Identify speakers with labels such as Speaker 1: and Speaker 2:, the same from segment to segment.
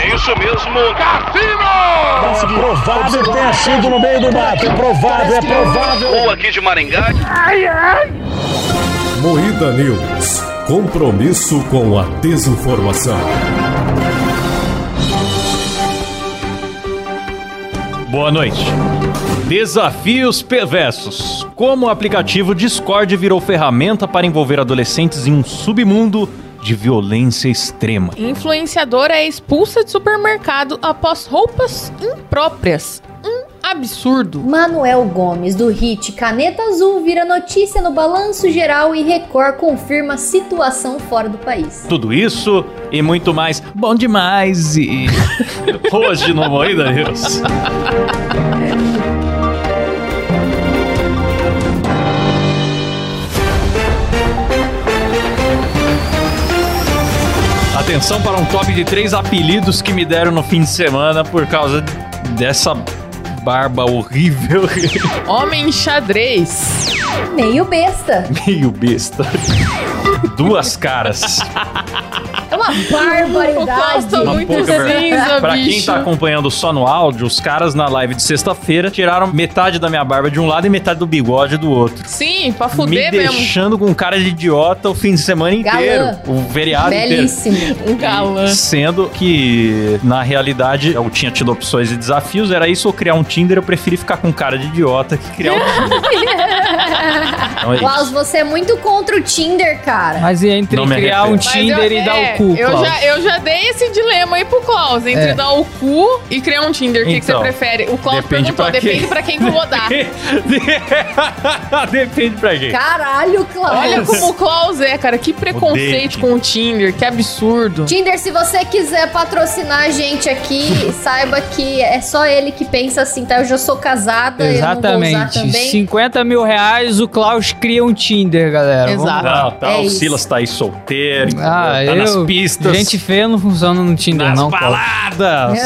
Speaker 1: É isso mesmo, Cassino!
Speaker 2: É provável que tenha sido no meio do mato. É provável, é provável.
Speaker 1: Ou aqui de Maringá.
Speaker 3: Moída News. Compromisso com a desinformação.
Speaker 4: Boa noite. Desafios perversos. Como o aplicativo Discord virou ferramenta para envolver adolescentes em um submundo de violência extrema.
Speaker 5: Influenciadora é expulsa de supermercado após roupas impróprias. Um absurdo.
Speaker 6: Manuel Gomes, do hit Caneta Azul, vira notícia no Balanço Geral e Record confirma situação fora do país.
Speaker 4: Tudo isso e muito mais. Bom demais e. Hoje no Moída News. Atenção para um top de três apelidos que me deram no fim de semana por causa dessa barba horrível.
Speaker 5: Homem xadrez.
Speaker 6: Meio besta.
Speaker 4: Meio besta. Duas caras.
Speaker 6: É uma
Speaker 5: O
Speaker 6: barbaridade.
Speaker 5: Costa
Speaker 4: Uma
Speaker 5: muito
Speaker 4: Tá pouca
Speaker 5: cinza,
Speaker 4: Pra quem
Speaker 5: bicho.
Speaker 4: tá acompanhando só no áudio, os caras na live de sexta-feira tiraram metade da minha barba de um lado e metade do bigode do outro.
Speaker 5: Sim, pra
Speaker 4: me
Speaker 5: fuder mesmo.
Speaker 4: deixando com cara de idiota o fim de semana inteiro.
Speaker 6: Galã.
Speaker 4: O feriado inteiro.
Speaker 6: Belíssimo.
Speaker 5: Um galã.
Speaker 4: Sendo que, na realidade, eu tinha tido opções e desafios, era isso ou criar um Tinder, eu preferi ficar com cara de idiota que criar um Tinder. Então é isso.
Speaker 6: Klaus, você é muito contra o Tinder, cara.
Speaker 7: Mas e entre
Speaker 4: Não me
Speaker 7: criar um
Speaker 4: arrependo.
Speaker 5: Mas
Speaker 7: Tinder
Speaker 5: eu-
Speaker 7: e dar
Speaker 5: é,
Speaker 7: o cu,
Speaker 5: eu
Speaker 7: Klaus?
Speaker 5: já, eu já dei esse dilema aí pro Klaus, entre
Speaker 7: É.
Speaker 5: dar o cu e criar um Tinder. O que, que você
Speaker 4: Então,
Speaker 5: prefere? O Klaus
Speaker 4: depende
Speaker 5: perguntou,
Speaker 4: pra quem.
Speaker 5: depende pra quem que eu vou dar.
Speaker 4: Depende pra quem.
Speaker 6: Caralho, Klaus.
Speaker 5: Olha como o Klaus é, cara. Que preconceito
Speaker 4: Odeio
Speaker 5: com o Tinder, que absurdo.
Speaker 6: Tinder, se você quiser patrocinar a gente aqui, saiba que é só ele que pensa assim, tá? Eu já sou casada, eu não vou usar
Speaker 7: Exatamente.
Speaker 6: também.
Speaker 7: 50 mil reais, o Klaus cria um Tinder, galera. Vamos
Speaker 5: Exato.
Speaker 7: lá.
Speaker 4: Não, tá,
Speaker 6: É
Speaker 4: o
Speaker 6: isso.
Speaker 4: Silas tá aí solteiro,
Speaker 7: Ah,
Speaker 4: tá nas
Speaker 7: eu-
Speaker 4: pistas,
Speaker 7: Gente feia não funciona no Tinder,
Speaker 4: nas
Speaker 7: não, Klaus.
Speaker 4: baladas.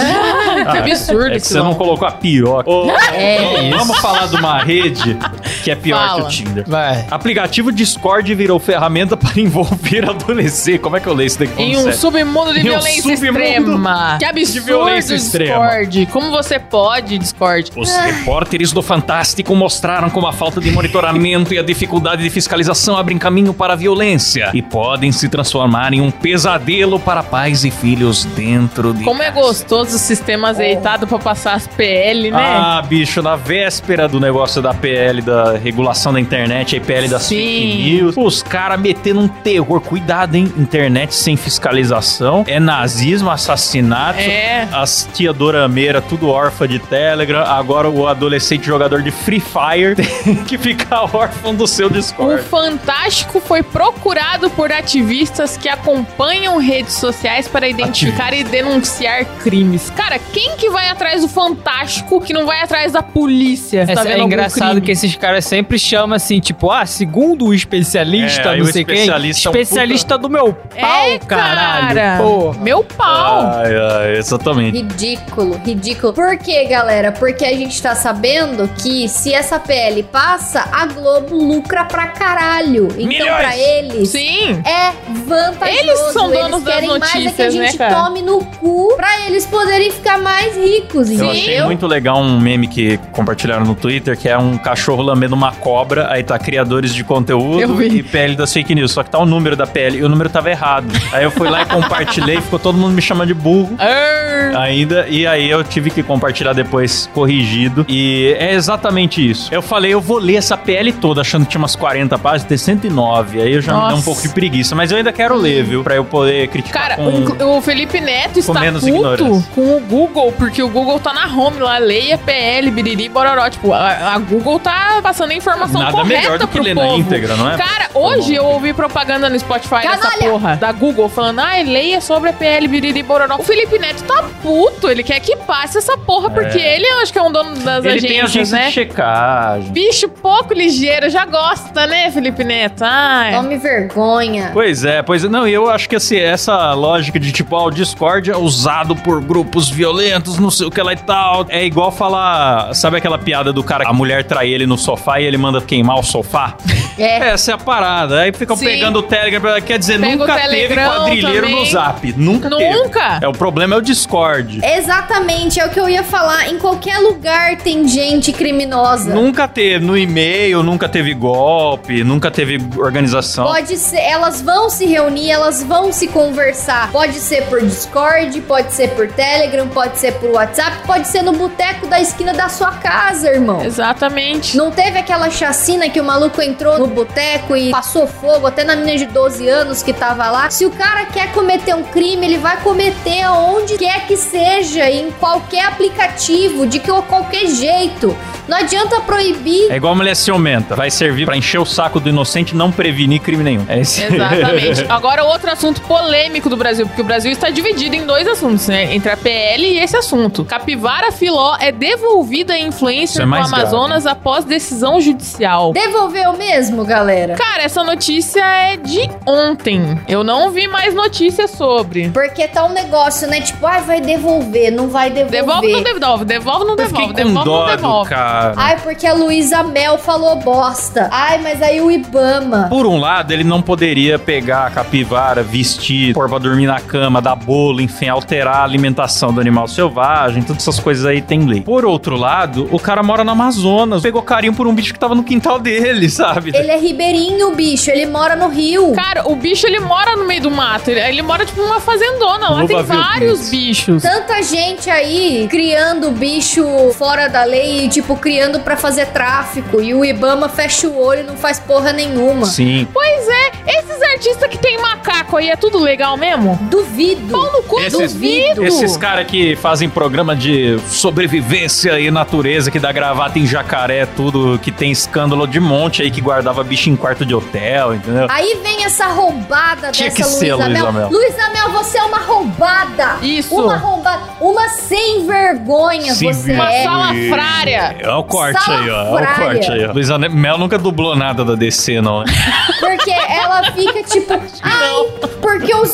Speaker 5: que absurdo
Speaker 4: É que
Speaker 5: esse
Speaker 4: você não
Speaker 5: Klaus.
Speaker 4: colocou a piroca. Ô,
Speaker 6: É isso.
Speaker 4: Vamos falar de uma rede que é pior
Speaker 5: Fala.
Speaker 4: que o Tinder.
Speaker 7: Vai.
Speaker 4: Aplicativo Discord virou ferramenta para envolver adolescente. Como é que eu leio isso daqui?
Speaker 5: Em
Speaker 4: falando
Speaker 5: um
Speaker 4: sério?
Speaker 5: submundo de
Speaker 4: Em um
Speaker 5: violência
Speaker 4: submundo
Speaker 5: extrema. Que
Speaker 4: de
Speaker 5: absurdo,
Speaker 4: violência extrema.
Speaker 5: Discord. Como você pode, Discord?
Speaker 4: Os repórteres do Fantástico mostraram como a falta de monitoramento e a dificuldade de fiscalização abrem caminho para a violência e podem se transformar em um pesadelo para pais e filhos dentro de
Speaker 5: Como é
Speaker 4: casa.
Speaker 5: gostoso o sistema azeitado pra passar as PL, né?
Speaker 4: Ah, bicho, na véspera do negócio da PL, da regulação da internet, aí PL das
Speaker 5: Sim.
Speaker 4: fake news, os caras metendo um terror. Cuidado, hein? Internet sem fiscalização, é nazismo, assassinato.
Speaker 5: É.
Speaker 4: As tia Dorameira, tudo órfã de Telegram. Agora o adolescente jogador de Free Fire tem que ficar órfão do seu
Speaker 5: O
Speaker 4: Discord.
Speaker 5: Fantástico foi procurado por ativistas que acompanham redes sociais para identificar e denunciar crimes. Cara, quem que vai atrás do Fantástico que não vai atrás da polícia?
Speaker 7: É,
Speaker 5: Tá vendo
Speaker 7: é
Speaker 5: algum
Speaker 7: engraçado
Speaker 5: crime?
Speaker 7: que esses caras sempre chamam assim, tipo, ah, segundo o especialista,
Speaker 4: É, aí
Speaker 7: não
Speaker 4: o
Speaker 7: sei quem.
Speaker 4: especialista é um
Speaker 7: especialista do meu pau,
Speaker 5: É,
Speaker 7: caralho.
Speaker 5: cara.
Speaker 7: Pô.
Speaker 5: Meu pau!
Speaker 4: Ai, ai, exatamente.
Speaker 6: Ridículo, ridículo. Por quê, galera? Porque a gente tá sabendo que se essa PL passa, a Globo lucra pra caralho. Então,
Speaker 4: Milhões!
Speaker 6: pra eles.
Speaker 5: Sim!
Speaker 6: É vantajoso.
Speaker 5: Eles são donos
Speaker 6: eles
Speaker 5: das
Speaker 6: querem mais é que a
Speaker 5: notícias, né,
Speaker 6: gente
Speaker 5: cara?
Speaker 6: tome no cu pra eles poderem ficar mais ricos,
Speaker 4: Eu
Speaker 6: entendeu?
Speaker 4: achei muito legal um meme que compartilharam no Twitter, que é um cachorro lambendo uma cobra, aí tá criadores de
Speaker 5: Eu
Speaker 4: conteúdo
Speaker 5: vi.
Speaker 4: e PL das fake news. Só que tá o número da PL e o número tava errado. Aí eu fui lá e compartilhei, ficou todo mundo me chamando de burro.
Speaker 5: Arr.
Speaker 4: Ainda, e aí eu tive que compartilhar depois corrigido. E é exatamente isso. Eu falei, eu vou ler essa PL toda, achando que tinha umas 40 páginas, tem 109. Aí eu já me deu um
Speaker 5: Nossa.
Speaker 4: pouco de preguiça. Mas eu ainda quero ler, viu? Pra eu poder criticar.
Speaker 5: Cara,
Speaker 4: com...
Speaker 5: o, o Felipe Neto está
Speaker 4: menos
Speaker 5: puto
Speaker 4: ignorância.
Speaker 5: com o Google, porque o Google tá na home lá, leia PL, biriri, bororó. Tipo, a, a Google tá passando a informação
Speaker 4: Nada
Speaker 5: correta
Speaker 4: melhor do que
Speaker 5: pro
Speaker 4: ler
Speaker 5: povo.
Speaker 4: na íntegra, não é?
Speaker 5: Cara, hoje eu ouvi propaganda no Spotify dessa
Speaker 6: Canalha!
Speaker 5: porra da Google falando, ai, leia sobre a PL, biriri, bororó. O Felipe Neto tá puto, ele quer que passe essa porra, porque ele eu acho que é um dono das
Speaker 4: Ele
Speaker 5: agências,
Speaker 4: tem agência
Speaker 5: né?
Speaker 4: de checagem.
Speaker 5: Bicho pouco ligeiro, já gosta, né, Felipe Neto? Ai.
Speaker 6: É. Tome vergonha.
Speaker 4: Pois é, pois é. Não, e eu acho que assim, essa lógica de tipo, ah, o Discord é usado por grupos violentos, não sei o que lá e tal. É igual falar. Sabe aquela piada do cara, a mulher trai ele no sofá e ele manda queimar o sofá?
Speaker 6: É.
Speaker 4: Essa é a parada. Aí ficam
Speaker 5: Sim.
Speaker 4: pegando o Telegram. Quer dizer,
Speaker 5: Pega o
Speaker 4: nunca teve
Speaker 5: Telegram
Speaker 4: quadrilheiro no
Speaker 5: também.
Speaker 4: zap. Nunca, teve.
Speaker 5: Nunca?
Speaker 4: É, o problema é o Discord.
Speaker 6: Exatamente, é o que eu ia falar. Em qualquer lugar tem gente criminosa.
Speaker 4: Nunca teve no e-mail, nunca teve golpe, nunca teve organização.
Speaker 6: Pode ser, elas vão se reunir, elas vão se conversar. Pode ser por Discord, pode ser por Telegram, pode ser por WhatsApp, pode ser no boteco da esquina da sua casa, irmão.
Speaker 5: Exatamente.
Speaker 6: Não teve aquela chacina que o maluco entrou no boteco e passou fogo até na menina de 12 anos que tava lá? Se o cara quer cometer um crime, ele vai cometer aonde quer que seja, em qualquer aplicativo, de que- qualquer jeito. Não adianta proibir.
Speaker 4: É igual mulher ciumenta. Vai servir pra encher o saco do inocente e não prevenir crime nenhum. É isso.
Speaker 5: Exatamente. Agora, outro assunto polêmico do Brasil, porque o Brasil está dividido em dois assuntos, né? Entre a PL e esse assunto. Capivara Filó é devolvida a
Speaker 4: Isso
Speaker 5: influencer
Speaker 4: é
Speaker 5: do
Speaker 4: mais grave.
Speaker 5: Amazonas após decisão judicial.
Speaker 6: Devolveu mesmo, galera?
Speaker 5: Cara, essa notícia é de ontem. Eu não vi mais notícias sobre.
Speaker 6: Porque tá um negócio, né? Tipo, ai, vai devolver, não vai devolver.
Speaker 5: Devolve ou não devolve? Devolve ou não
Speaker 4: Eu fiquei
Speaker 5: devolve?
Speaker 4: com
Speaker 5: Devolve ou
Speaker 4: dó
Speaker 5: não
Speaker 4: do
Speaker 5: devolve?
Speaker 4: cara.
Speaker 6: Ai, porque a Luísa Mel falou bosta. Ai, mas aí o Ibama.
Speaker 4: Por um lado, ele não poderia pegar a capivara, vestir, pôr pra dormir na cama, dar bolo, enfim, alterar a alimentação do animal selvagem, todas essas coisas aí tem lei. Por outro lado, o cara mora no Amazonas, pegou carinho por um bicho que tava no quintal dele, sabe?
Speaker 6: Ele é ribeirinho, bicho. Ele mora no Rio.
Speaker 5: Cara, o bicho ele mora no meio do mato. Ele, ele mora tipo numa fazendona. Lá
Speaker 4: Luva
Speaker 5: tem
Speaker 4: viu,
Speaker 5: vários
Speaker 4: Prince.
Speaker 5: bichos.
Speaker 6: Tanta gente aí criando bicho fora da lei e, tipo, criando pra fazer tráfico. E o Ibama fecha o olho e não faz porra nenhuma.
Speaker 4: Sim.
Speaker 5: Pois é, esses artistas que tem macaco aí é tudo legal mesmo?
Speaker 6: Duvido.
Speaker 5: Pau no cu,
Speaker 4: Esses-
Speaker 5: duvido.
Speaker 4: Esses caras que fazem programa de sobrevivência e natureza, que dá gravata em jacaré, tudo, que tem escândalo de monte aí, que guardava bicho em quarto de hotel, entendeu?
Speaker 6: Aí vem essa roubada
Speaker 4: Tinha que
Speaker 6: dessa
Speaker 4: ser,
Speaker 6: Luísa
Speaker 4: Luísa
Speaker 6: Mel.
Speaker 4: Mel.
Speaker 6: Luísa Mel, você é uma roubada.
Speaker 5: Isso.
Speaker 6: Uma roubada. Uma sem vergonha
Speaker 4: Sem
Speaker 6: você
Speaker 5: Uma
Speaker 6: é.
Speaker 5: salafrária.
Speaker 4: Olha o corte aí, ó. Olha o
Speaker 6: Salafrária.
Speaker 4: corte aí, ó. Luiz Anel- Mel nunca dublou nada da DC, não.
Speaker 6: Porque ela fica tipo, ai, porque o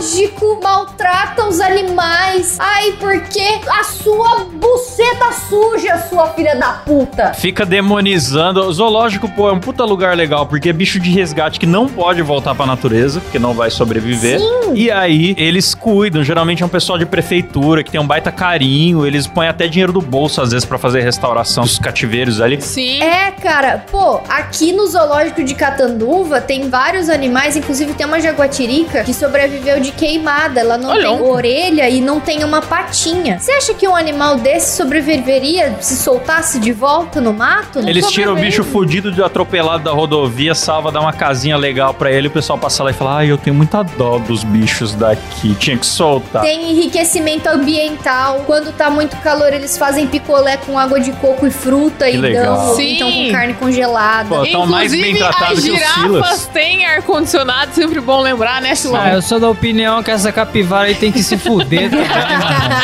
Speaker 6: zoológico maltrata os animais. Ai, porque a sua buceta suja, sua filha da puta.
Speaker 4: Fica demonizando. O zoológico, pô, é um puta lugar legal, porque é bicho de resgate que não pode voltar pra natureza, porque não vai sobreviver. E aí, eles cuidam. Geralmente é um pessoal de prefeitura que tem um baita carinho. Eles põem até dinheiro do bolso, às vezes, pra fazer restauração dos cativeiros ali.
Speaker 5: Sim.
Speaker 6: É, cara, pô, aqui no zoológico de Catanduva tem vários animais, inclusive tem uma jaguatirica que sobreviveu de queimada. Ela não
Speaker 5: Olha,
Speaker 6: tem
Speaker 5: um-
Speaker 6: orelha e não tem uma patinha. Você acha que um animal desse sobreviveria se soltasse de volta no mato? Não
Speaker 4: Eles tiram o
Speaker 6: sobrevive.
Speaker 4: bicho fudido de atropelado da rodovia, salva, dá uma casinha legal pra ele. O pessoal passa lá e fala: Ai, eu tenho muita dó dos bichos daqui. Tinha que soltar.
Speaker 6: Tem enriquecimento ambiental. Quando tá muito calor, eles fazem picolé com água de coco e fruta
Speaker 4: Que
Speaker 6: e
Speaker 4: legal.
Speaker 6: dão, ou
Speaker 5: Sim.
Speaker 6: então com carne congelada.
Speaker 4: Pô, então- tão mais bem
Speaker 5: Inclusive,
Speaker 4: tratado
Speaker 5: as
Speaker 4: que o
Speaker 5: girafas
Speaker 4: Silas.
Speaker 5: têm ar-condicionado, sempre bom lembrar, né, Silão?
Speaker 7: Ah, eu sou da opinião que essa capivara aí tem que se fuder também, mano.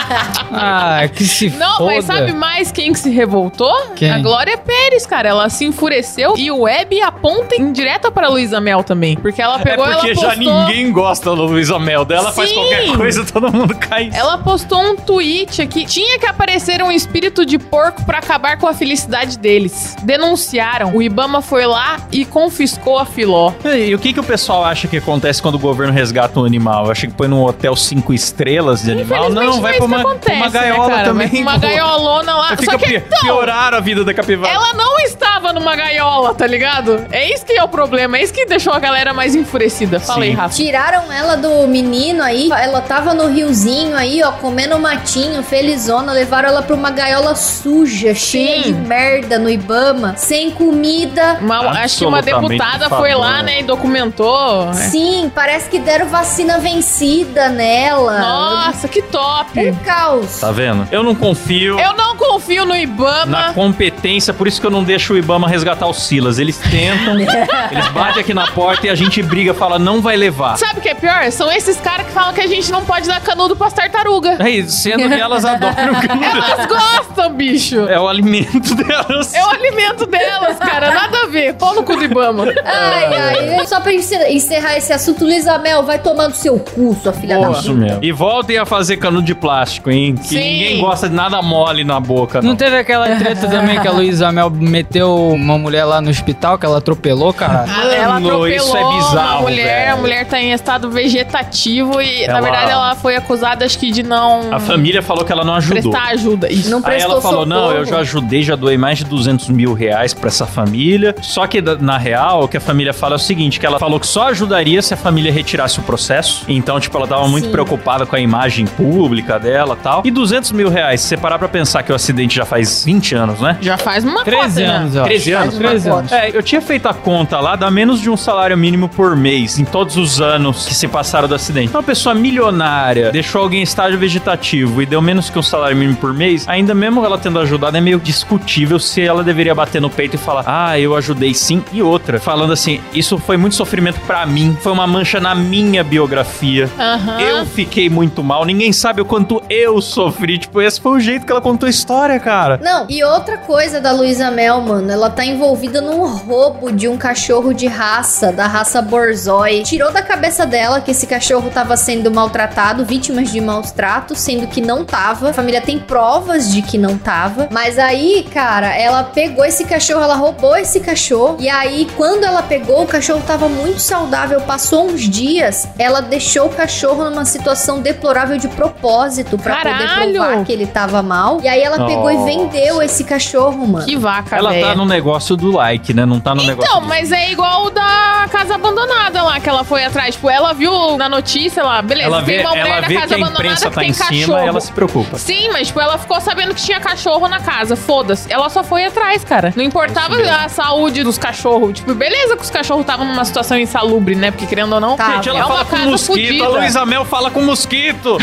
Speaker 7: Ah, que se
Speaker 5: Não,
Speaker 7: foda.
Speaker 5: mas sabe mais quem que se revoltou?
Speaker 7: Quem?
Speaker 5: A Glória Pérez, cara. Ela se enfureceu e o web aponta em direta pra Luísa Mel também. Porque ela pegou,
Speaker 4: é porque
Speaker 5: ela
Speaker 4: já
Speaker 5: postou...
Speaker 4: ninguém gosta da Luísa Mel. Dela faz
Speaker 5: Sim.
Speaker 4: qualquer coisa, todo mundo cai.
Speaker 5: Ela postou um tweet aqui. Tinha que aparecer um espírito de porco pra acabar com a felicidade deles. Denunciaram. O Ibama foi lá e confiscou a Filó.
Speaker 4: E o que, que o pessoal acha que acontece quando o governo resgata um animal? Acha que põe num hotel cinco estrelas de animal?
Speaker 5: Infelizmente,
Speaker 4: Não, vai
Speaker 5: é
Speaker 4: pra
Speaker 5: isso que
Speaker 4: uma,
Speaker 5: acontece,
Speaker 4: uma
Speaker 5: né,
Speaker 4: gaiola
Speaker 5: cara?
Speaker 4: também.
Speaker 5: Vai pra Uma
Speaker 4: pô.
Speaker 5: gaiolona lá.
Speaker 4: Fica
Speaker 5: Só que
Speaker 4: pi-
Speaker 5: então,
Speaker 4: pioraram a vida da capivara.
Speaker 5: ela não estava numa gaiola, tá ligado? É isso que é o problema. É isso que deixou a galera mais enfurecida. Fala aí,
Speaker 4: Sim.
Speaker 5: Rafa.
Speaker 6: Tiraram ela do menino aí, ela tava no riozinho aí, ó, comendo matinho, felizona. Levaram ela pra uma gaiola suja, cheia de merda no Ibama, sem comida.
Speaker 5: Uma- acho que uma
Speaker 4: Absolutamente
Speaker 5: deputada foi lá,
Speaker 4: fadona.
Speaker 5: né, e documentou.
Speaker 6: Sim, parece que deram vacina vencida nela.
Speaker 5: Nossa, que
Speaker 6: É
Speaker 5: top!
Speaker 6: um caos.
Speaker 4: Tá vendo? Eu não confio.
Speaker 5: Eu não confio no
Speaker 4: Na
Speaker 5: Ibama.
Speaker 4: competência, por isso que eu não deixo o Ibama resgatar o Silas. Eles tentam, eles batem aqui na porta e a gente briga, fala, não vai levar.
Speaker 5: Sabe o que é pior? São esses caras que falam que a gente não pode dar canudo pras tartaruga.
Speaker 4: Aí, sendo que elas adoram.
Speaker 5: Elas gostam, bicho.
Speaker 4: É o alimento delas.
Speaker 5: É o alimento delas, cara. Nada a ver. Pau no cu do Ibama.
Speaker 6: Ai, ai, só pra encer- encerrar esse assunto, Luísa Mel, vai tomar no seu cu, sua filha da
Speaker 4: Isso mesmo. E voltem a fazer canudo de plástico, hein? Que
Speaker 5: Sim.
Speaker 4: ninguém gosta de nada mole na boca.
Speaker 7: Não
Speaker 4: não.
Speaker 7: teve aquela treta também que a Luísa Mel meteu uma mulher lá no hospital que ela atropelou, cara?
Speaker 5: Ela- Ela
Speaker 4: Mano,
Speaker 5: atropelou
Speaker 4: isso é bizarro,
Speaker 5: uma mulher,
Speaker 4: velho. É
Speaker 5: a mulher tá em estado vegetativo e,
Speaker 4: Ela-
Speaker 5: na verdade, ela foi acusada, acho que, de não
Speaker 4: A família falou que ela não ajudou.
Speaker 5: prestar ajuda. Isso.
Speaker 6: Não
Speaker 4: Aí
Speaker 6: prestou
Speaker 4: ela falou:
Speaker 6: socorro.
Speaker 4: Não, eu já ajudei, já doei mais de 200 mil reais pra essa família. Só que, da- na real, o que a família fala é o seguinte: que ela falou que só ajudaria se a família retirasse o processo. Então, tipo, ela tava muito
Speaker 6: Sim.
Speaker 4: preocupada com a imagem pública dela tal. E 200 mil reais, se você parar pra pensar que o acidente já faz 20 anos, né?
Speaker 5: Já faz uma
Speaker 7: 13
Speaker 5: cota, né?
Speaker 7: anos, ó.
Speaker 4: 13 anos?
Speaker 6: Faz uma
Speaker 4: 13 anos. É, eu tinha feito a conta lá, dá menos de um salário mínimo por mês em todos os anos que se passaram do acidente. Então, uma pessoa milionária deixou alguém em estágio vegetativo e deu menos que um salário mínimo por mês, ainda mesmo ela tendo ajudado, é meio discutível se ela deveria bater no peito e falar, ah, eu ajudei sim, e outra. Falando assim, isso foi muito sofrimento pra mim, foi uma mancha na minha biografia.
Speaker 5: Aham.
Speaker 4: Eu fiquei muito mal, ninguém sabe o quanto eu sofri. Tipo, esse foi o jeito que ela contou a história, cara.
Speaker 6: Não, e outra coisa da Luísa Mel, mano, ela tá envolvida num roubo de um cachorro de raça, da raça Borzoi. Tirou da cabeça dela que esse cachorro tava sendo maltratado, vítimas de maus tratos, sendo que não tava. A família tem provas de que não tava. Mas aí, cara, ela pegou esse cachorro, ela roubou esse cachorro. E aí, quando ela pegou, o cachorro tava muito saudável. Passou uns dias, ela deixou o cachorro numa situação deplorável de propósito pra
Speaker 5: Caralho!
Speaker 6: poder provar que ele tava mal. E aí ela ela pegou
Speaker 4: Nossa.
Speaker 6: e vendeu esse cachorro, mano.
Speaker 5: Que vaca,
Speaker 4: Ela
Speaker 5: velha.
Speaker 4: tá no negócio do like, né? Não tá no negócio.
Speaker 5: Então, mas é igual o da casa abandonada lá que ela foi atrás. Tipo, ela viu na notícia lá, beleza,
Speaker 4: ela vê,
Speaker 5: tem uma mulher
Speaker 4: ela
Speaker 5: na
Speaker 4: vê
Speaker 5: casa
Speaker 4: que a imprensa
Speaker 5: abandonada que
Speaker 4: tá
Speaker 5: tem
Speaker 4: em cima
Speaker 5: cachorro.
Speaker 4: ela se preocupa.
Speaker 5: Sim, mas tipo, ela ficou sabendo que tinha cachorro na casa. Foda-se. Ela só foi atrás, cara. Não importava a saúde dos cachorros. Tipo, beleza que os cachorros estavam numa situação insalubre, né? Porque querendo ou não,
Speaker 6: Tá.
Speaker 4: Gente, ela
Speaker 5: é uma
Speaker 4: fala com
Speaker 5: casa
Speaker 4: mosquito.
Speaker 5: fodida.
Speaker 4: A Luísa Mel fala com mosquito.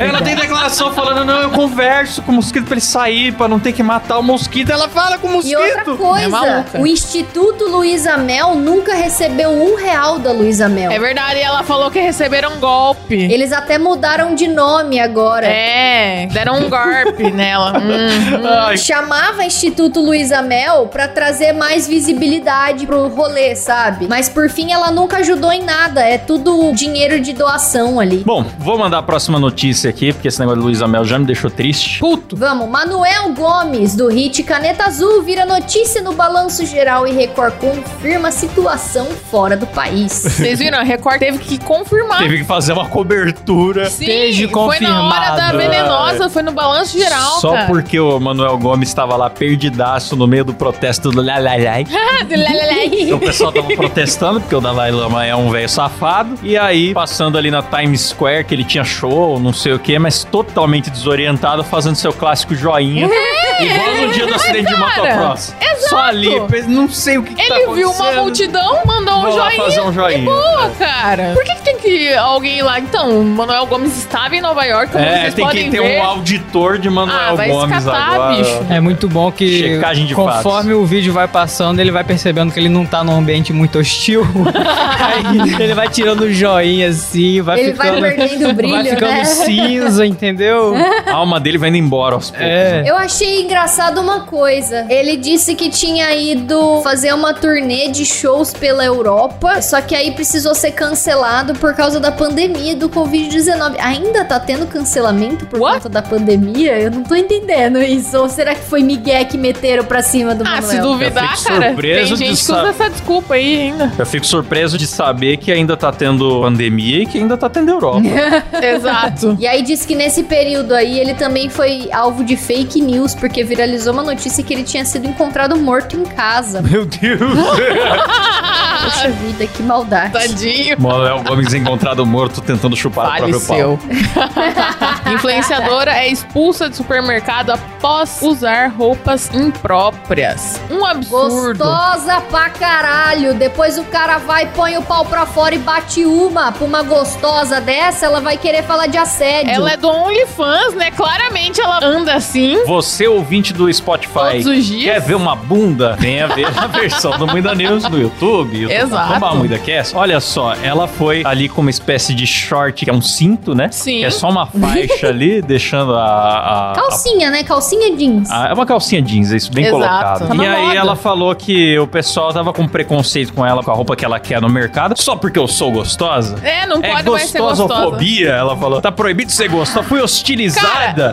Speaker 4: ela
Speaker 5: né?
Speaker 4: tem declaração falando: não, eu converso com o mosquito pra ele sair, pra não ter que matar o mosquito. Ela fala com o
Speaker 6: E outra
Speaker 4: mosquito.
Speaker 5: É
Speaker 6: coisa,
Speaker 5: maluca.
Speaker 6: o Instituto Luísa Mel nunca recebeu um real da Luísa Mel.
Speaker 5: É verdade, e ela falou que receberam um golpe.
Speaker 6: Eles até mudaram de nome agora.
Speaker 5: É, deram um golpe nela. Hum.
Speaker 4: Ai,
Speaker 6: Chamava Instituto Luísa Mel pra trazer mais visibilidade pro rolê, sabe? Mas por fim ela nunca ajudou em nada, é tudo dinheiro de doação ali.
Speaker 4: Bom, vou mandar a próxima notícia aqui, porque esse negócio de Luísa Mel já me deixou triste.
Speaker 5: Puto.
Speaker 6: Vamos, Manuel Gomes, do hit Caneta Azul, vira notícia no Balanço Geral e Record confirma situação fora do país.
Speaker 5: Vocês viram? A Record teve que confirmar.
Speaker 4: Teve que fazer uma cobertura.
Speaker 5: Sim,
Speaker 7: Esteja
Speaker 5: foi na hora da
Speaker 7: confirmado.
Speaker 5: venenosa, foi no balanço geral,
Speaker 4: Só
Speaker 5: cara.
Speaker 4: porque o Manuel Gomes estava lá perdidaço no meio do protesto do Lalalai. Então o pessoal tava protestando, porque o Dalai Lama é um velho safado. E aí, passando ali na Times Square, que ele tinha show, não sei o quê, mas totalmente desorientado, fazendo seu clássico joinha. igual no dia do acidente de
Speaker 5: Uhum. cara,
Speaker 4: motocross. Só ali, pe- não sei o que, que tá
Speaker 5: Ele
Speaker 4: acontecendo.
Speaker 5: viu uma multidão, mandou um
Speaker 4: Vou lá
Speaker 5: joinha.
Speaker 4: fazer um joinha.
Speaker 5: E boa, cara. Por que, que tem que ir alguém lá? Então, o Manuel Gomes estava em Nova York, como
Speaker 4: É,
Speaker 5: vocês
Speaker 4: tem que
Speaker 5: podem
Speaker 4: ter
Speaker 5: ver.
Speaker 4: um auditor de Manuel
Speaker 5: Ah, vai
Speaker 4: Gomes
Speaker 5: escatar,
Speaker 4: agora.
Speaker 5: bicho.
Speaker 7: É muito bom que
Speaker 4: Checagem de
Speaker 7: conforme o vídeo vai passando, ele vai percebendo que ele não tá num ambiente muito hostil. Aí ele vai tirando o joinha assim, vai
Speaker 6: Ele vai
Speaker 7: ficando
Speaker 6: perdendo o brilho,
Speaker 7: vai ficando
Speaker 6: né?
Speaker 7: cinza, entendeu?
Speaker 4: A alma dele vai indo embora aos poucos.
Speaker 7: É.
Speaker 6: Eu achei engraçado uma coisa. Ele disse que tinha ido fazer uma turnê de shows pela Europa, só que aí precisou ser cancelado por causa da pandemia do Covid-19. Ainda tá tendo cancelamento por
Speaker 5: What?
Speaker 6: conta da pandemia? Eu não tô entendendo isso. Ou será que foi Miguel que meteram pra cima do
Speaker 5: Ah, se
Speaker 6: Manuel?
Speaker 5: duvidar,
Speaker 4: Eu fico
Speaker 5: cara, tem
Speaker 4: surpreso
Speaker 5: gente
Speaker 4: de
Speaker 5: que
Speaker 4: sa-
Speaker 5: usa essa desculpa aí ainda.
Speaker 4: Eu fico surpreso de saber que ainda tá tendo pandemia e que ainda tá tendo Europa.
Speaker 5: Exato.
Speaker 6: E aí disse que nesse período aí ele também foi alvo de fake news, porque viralizou uma notícia que ele tinha sido encontrado morto em casa.
Speaker 4: Meu Deus! Ah.
Speaker 6: Poxa vida, que
Speaker 4: Tá
Speaker 6: maldade.
Speaker 5: Tadinho.
Speaker 4: Manuel Gomes encontrado morto tentando chupar o próprio
Speaker 5: Faleceu.
Speaker 4: pau.
Speaker 5: Influenciadora é expulsa de supermercado após usar roupas impróprias. Um absurdo.
Speaker 6: Gostosa pra caralho. Depois o cara vai, põe o pau pra fora e bate uma. Pra uma gostosa dessa,
Speaker 4: é
Speaker 6: ela vai querer falar de assédio.
Speaker 5: Ela é do OnlyFans, né? Claramente ela anda assim.
Speaker 4: Você ouvinte do Spotify
Speaker 5: Todos os dias.
Speaker 4: quer ver uma bunda, tem a ver a versão do Muida News no YouTube. YouTube.
Speaker 5: Exato.
Speaker 4: Vamos lá, Muida Cast. Olha só, ela foi ali com uma espécie de short, que é um cinto, né?
Speaker 5: Sim.
Speaker 4: Que é só uma faixa ali, deixando a- a- a
Speaker 6: Calcinha, né? Calcinha jeans.
Speaker 4: ah, é uma calcinha jeans, é isso, bem
Speaker 5: Exato.
Speaker 4: colocado.
Speaker 5: Tá
Speaker 4: e
Speaker 5: na
Speaker 4: aí
Speaker 5: moda.
Speaker 4: ela falou que o pessoal tava com preconceito com ela, com a roupa que ela quer no mercado, só porque eu sou gostosa.
Speaker 5: É, não
Speaker 4: é
Speaker 5: pode mais ser gostosa.
Speaker 4: gostosofobia, ela falou. Tá proibido de ser gostosa, fui hostilizada.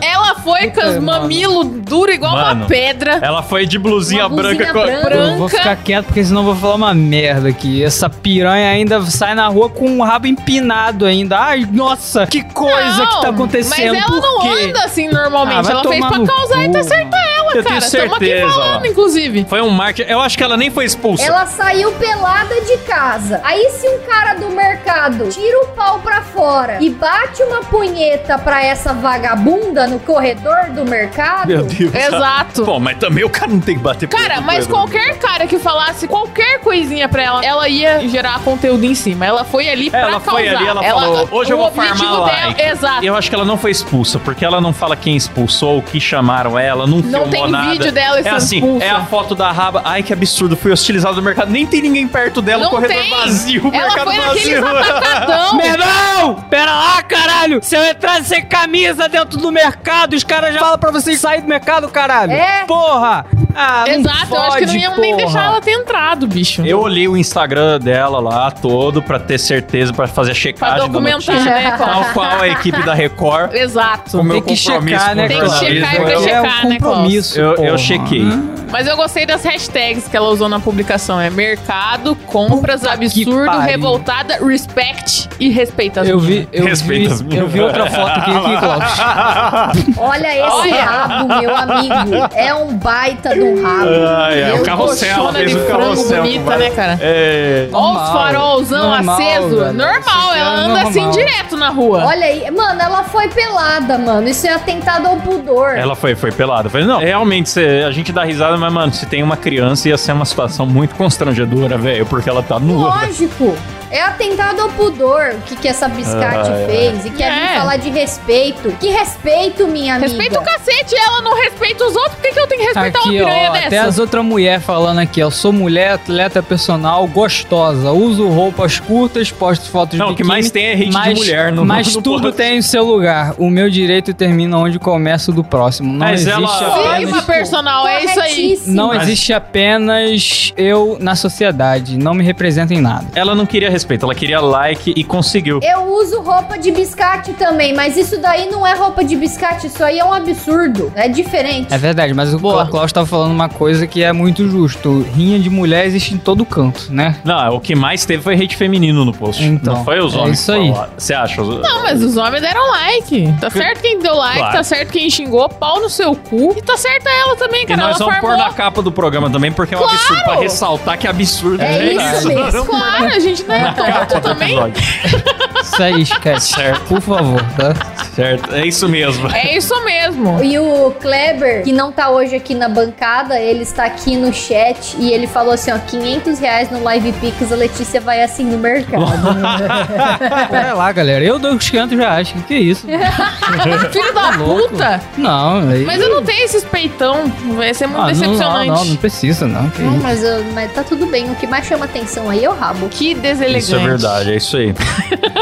Speaker 5: Cara, ela foi com os
Speaker 7: É, Mano.
Speaker 5: mamilos duros igual
Speaker 4: Mano.
Speaker 5: uma pedra.
Speaker 4: Ela foi de blusinha,
Speaker 6: Uma
Speaker 4: branca,
Speaker 6: blusinha
Speaker 4: com-
Speaker 6: branca.
Speaker 7: Eu vou
Speaker 5: é Branca.
Speaker 7: ficar quieto porque senão eu vou falar uma merda aqui. Essa piranha ainda sai na rua com o rabo empinado ainda. Ai, nossa, que coisa
Speaker 5: Não,
Speaker 7: que tá acontecendo.
Speaker 5: Mas ela
Speaker 7: Por
Speaker 5: não
Speaker 7: quê?
Speaker 5: anda assim
Speaker 7: Ah,
Speaker 5: normalmente.
Speaker 7: vai
Speaker 5: ela fez
Speaker 7: tomar
Speaker 5: pra
Speaker 7: no
Speaker 5: causar e
Speaker 7: cu,
Speaker 5: tá certa ela,
Speaker 4: Eu tenho
Speaker 5: cara. Tamo aqui
Speaker 4: certeza,
Speaker 5: falando,
Speaker 4: ó.
Speaker 5: inclusive.
Speaker 4: Foi um marketing. Eu acho que ela nem foi expulsa.
Speaker 6: Ela saiu pelada de casa. Aí, se um cara do mercado tira o pau pra fora e bate uma punheta pra essa vagabunda no corredor do mercado.
Speaker 4: Meu Deus.
Speaker 5: Exato.
Speaker 4: Bom, mas também o cara não tem que bater
Speaker 5: Cara, mas
Speaker 4: né?
Speaker 5: qualquer cara que é falasse qualquer coisinha pra ela, ela ia gerar conteúdo em cima. Ela foi ali pra
Speaker 4: É, Ela
Speaker 5: causar.
Speaker 4: foi ali, ela, falou, hoje eu
Speaker 5: o
Speaker 4: vou
Speaker 5: objetivo
Speaker 4: farmar like.
Speaker 5: dela, Exato.
Speaker 4: Eu acho que ela não foi expulsa, porque ela não fala quem expulsou, o que chamaram ela, não, filmou
Speaker 5: tem
Speaker 4: nada.
Speaker 5: vídeo dela
Speaker 4: É
Speaker 5: sendo
Speaker 4: assim,
Speaker 5: expulsa.
Speaker 4: é a foto da raba. Ai, que absurdo, fui hostilizado do mercado. Nem tem ninguém perto dela, o
Speaker 5: Não
Speaker 4: corredor
Speaker 5: tem.
Speaker 4: vazio, o
Speaker 5: Ela
Speaker 4: mercado
Speaker 5: foi naquele
Speaker 4: vazio.
Speaker 5: atacadão.
Speaker 7: Meu irmão, pera lá, caralho! Se eu entrar sem camisa dentro do mercado, os caras já falam pra você sair do mercado, caralho!
Speaker 6: É.
Speaker 7: Porra! Ah, não
Speaker 5: Exato, eu acho que não
Speaker 7: fode,
Speaker 5: iam nem
Speaker 7: porra.
Speaker 5: deixar ela ter entrado, bicho.
Speaker 4: Eu olhei o Instagram dela lá todo pra ter certeza, pra fazer a checagem.
Speaker 5: Pra
Speaker 4: da
Speaker 5: documentar,
Speaker 4: notícia,
Speaker 5: né, qual-
Speaker 4: Tal qual a equipe da Record.
Speaker 5: Exato.
Speaker 4: O meu
Speaker 7: Tem que
Speaker 4: compromisso
Speaker 7: checar, né,
Speaker 4: com o
Speaker 5: Tem que checar e
Speaker 4: jornalismo,
Speaker 5: vai
Speaker 4: eu-
Speaker 5: checar,
Speaker 7: é um
Speaker 5: né,
Speaker 7: compromisso.
Speaker 4: eu, eu
Speaker 7: porra.
Speaker 4: chequei.
Speaker 5: Mas eu gostei das hashtags que ela usou na publicação. É mercado, compras, absurdo,
Speaker 7: pariu.
Speaker 5: revoltada, respect e respeita as
Speaker 7: Eu vi, eu
Speaker 4: Respeita as
Speaker 7: vi,
Speaker 4: minhas.
Speaker 7: eu vi outra foto aqui, aqui Clóvis.
Speaker 6: Olha esse rabo, meu amigo. É um baita do rabo.
Speaker 4: Ai, ai,
Speaker 6: Eu
Speaker 4: o carrossel,
Speaker 5: Coxona
Speaker 4: fez
Speaker 5: de
Speaker 4: o
Speaker 5: frango
Speaker 4: carrossel.
Speaker 5: bonita, né, cara?
Speaker 4: É.
Speaker 5: Olha os
Speaker 7: Normal,
Speaker 5: farolzão
Speaker 7: normal,
Speaker 5: aceso.
Speaker 7: velho.
Speaker 5: Normal,
Speaker 7: Isso
Speaker 5: ela
Speaker 7: é
Speaker 5: anda assim
Speaker 7: normal.
Speaker 5: direto na rua.
Speaker 6: Olha aí. Mano, ela foi pelada, mano. Isso é atentado ao pudor.
Speaker 4: Ela foi, foi pelada. Eu Falei, não, realmente, cê- a gente dá risada, mas, mano, se tem uma criança, ia ser uma situação muito constrangedora, velho, porque ela tá nua.
Speaker 6: Lógico. É atentado ao pudor o que, que essa biscate
Speaker 4: Ai,
Speaker 6: fez. E quer
Speaker 5: É.
Speaker 6: vir falar de respeito. Que respeito, minha amiga.
Speaker 5: Respeita o cacete, ela não respeita os outros. Por que, que eu tenho que respeitar uma
Speaker 7: Aqui,
Speaker 5: piranha
Speaker 7: ó, até
Speaker 5: dessa?
Speaker 7: as outras mulheres falando aqui, eu sou mulher, atleta personal, gostosa, uso roupas curtas, posto fotos
Speaker 4: Não,
Speaker 7: de
Speaker 4: o que mais tem é hate de mulher no-
Speaker 7: Mas
Speaker 4: no
Speaker 7: tudo
Speaker 4: post.
Speaker 7: tem o seu lugar. O meu direito termina onde começa o do próximo. Não
Speaker 4: Mas
Speaker 7: existe
Speaker 4: ela-
Speaker 5: Siga uma
Speaker 7: apenas...
Speaker 5: personal, é isso aí.
Speaker 6: Corretíssimo.
Speaker 7: Não
Speaker 4: Mas-
Speaker 7: existe apenas eu na sociedade. Não me representa em nada.
Speaker 4: Ela não queria respeito, ela queria like e conseguiu.
Speaker 6: Eu uso roupa de biscate também, mas isso daí não é roupa de biscate, isso aí é um absurdo. É diferente.
Speaker 7: É verdade, mas o
Speaker 5: Boa.
Speaker 7: Klaus tava falando uma coisa que é muito justo. Rinha de mulher existe em todo canto, né?
Speaker 4: Não, o que mais teve foi hate feminino no post.
Speaker 7: Então,
Speaker 4: não foi os
Speaker 7: é
Speaker 4: homens.
Speaker 7: isso aí.
Speaker 4: Você acha?
Speaker 5: Não, mas os homens deram like. Tá certo quem deu like,
Speaker 4: Claro.
Speaker 5: tá certo quem xingou, pau no seu cu. E tá certa ela também,
Speaker 4: E
Speaker 5: cara.
Speaker 4: nós
Speaker 5: ela
Speaker 4: vamos pôr na
Speaker 5: farmou.
Speaker 4: capa do programa também, porque é um absurdo. Pra ressaltar que é absurdo.
Speaker 6: É isso mesmo.
Speaker 5: Claro, a gente não é tonto também.
Speaker 7: Isso aí, esquece. Por favor, tá?
Speaker 4: Certo, é isso mesmo.
Speaker 5: É isso mesmo.
Speaker 6: E o Kleber, que não tá hoje aqui na bancada, ele está aqui no chat e ele falou assim: ó, 500 reais no Live Pix, a Letícia vai assim no mercado.
Speaker 7: Vai lá, galera. Eu dou os 500 reais. Que que é isso?
Speaker 5: Filho da
Speaker 7: louco?
Speaker 5: puta.
Speaker 7: Não, aí...
Speaker 5: Mas eu não tenho esses peitão. Vai ser muito
Speaker 7: Ah, não, não,
Speaker 5: decepcionante.
Speaker 7: não, não precisa, não. Que
Speaker 6: não,
Speaker 7: isso.
Speaker 6: mas, eu- mas tá tudo bem. O que mais chama atenção aí é o rabo.
Speaker 5: Que deselegante.
Speaker 4: Isso é verdade, é isso aí.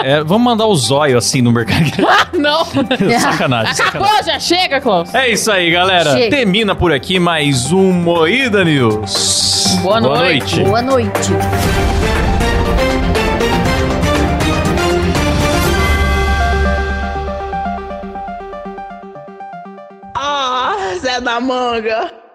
Speaker 4: É, vamos mandar o zóio assim no mercado.
Speaker 5: Não.
Speaker 4: sacanagem, sacanagem.
Speaker 5: Acabou, já chega, Klaus.
Speaker 4: É isso aí, galera.
Speaker 6: Chega.
Speaker 4: Termina por aqui mais um Moída News.
Speaker 5: Boa noite.
Speaker 6: Boa noite.
Speaker 5: Ah, Zé da Manga.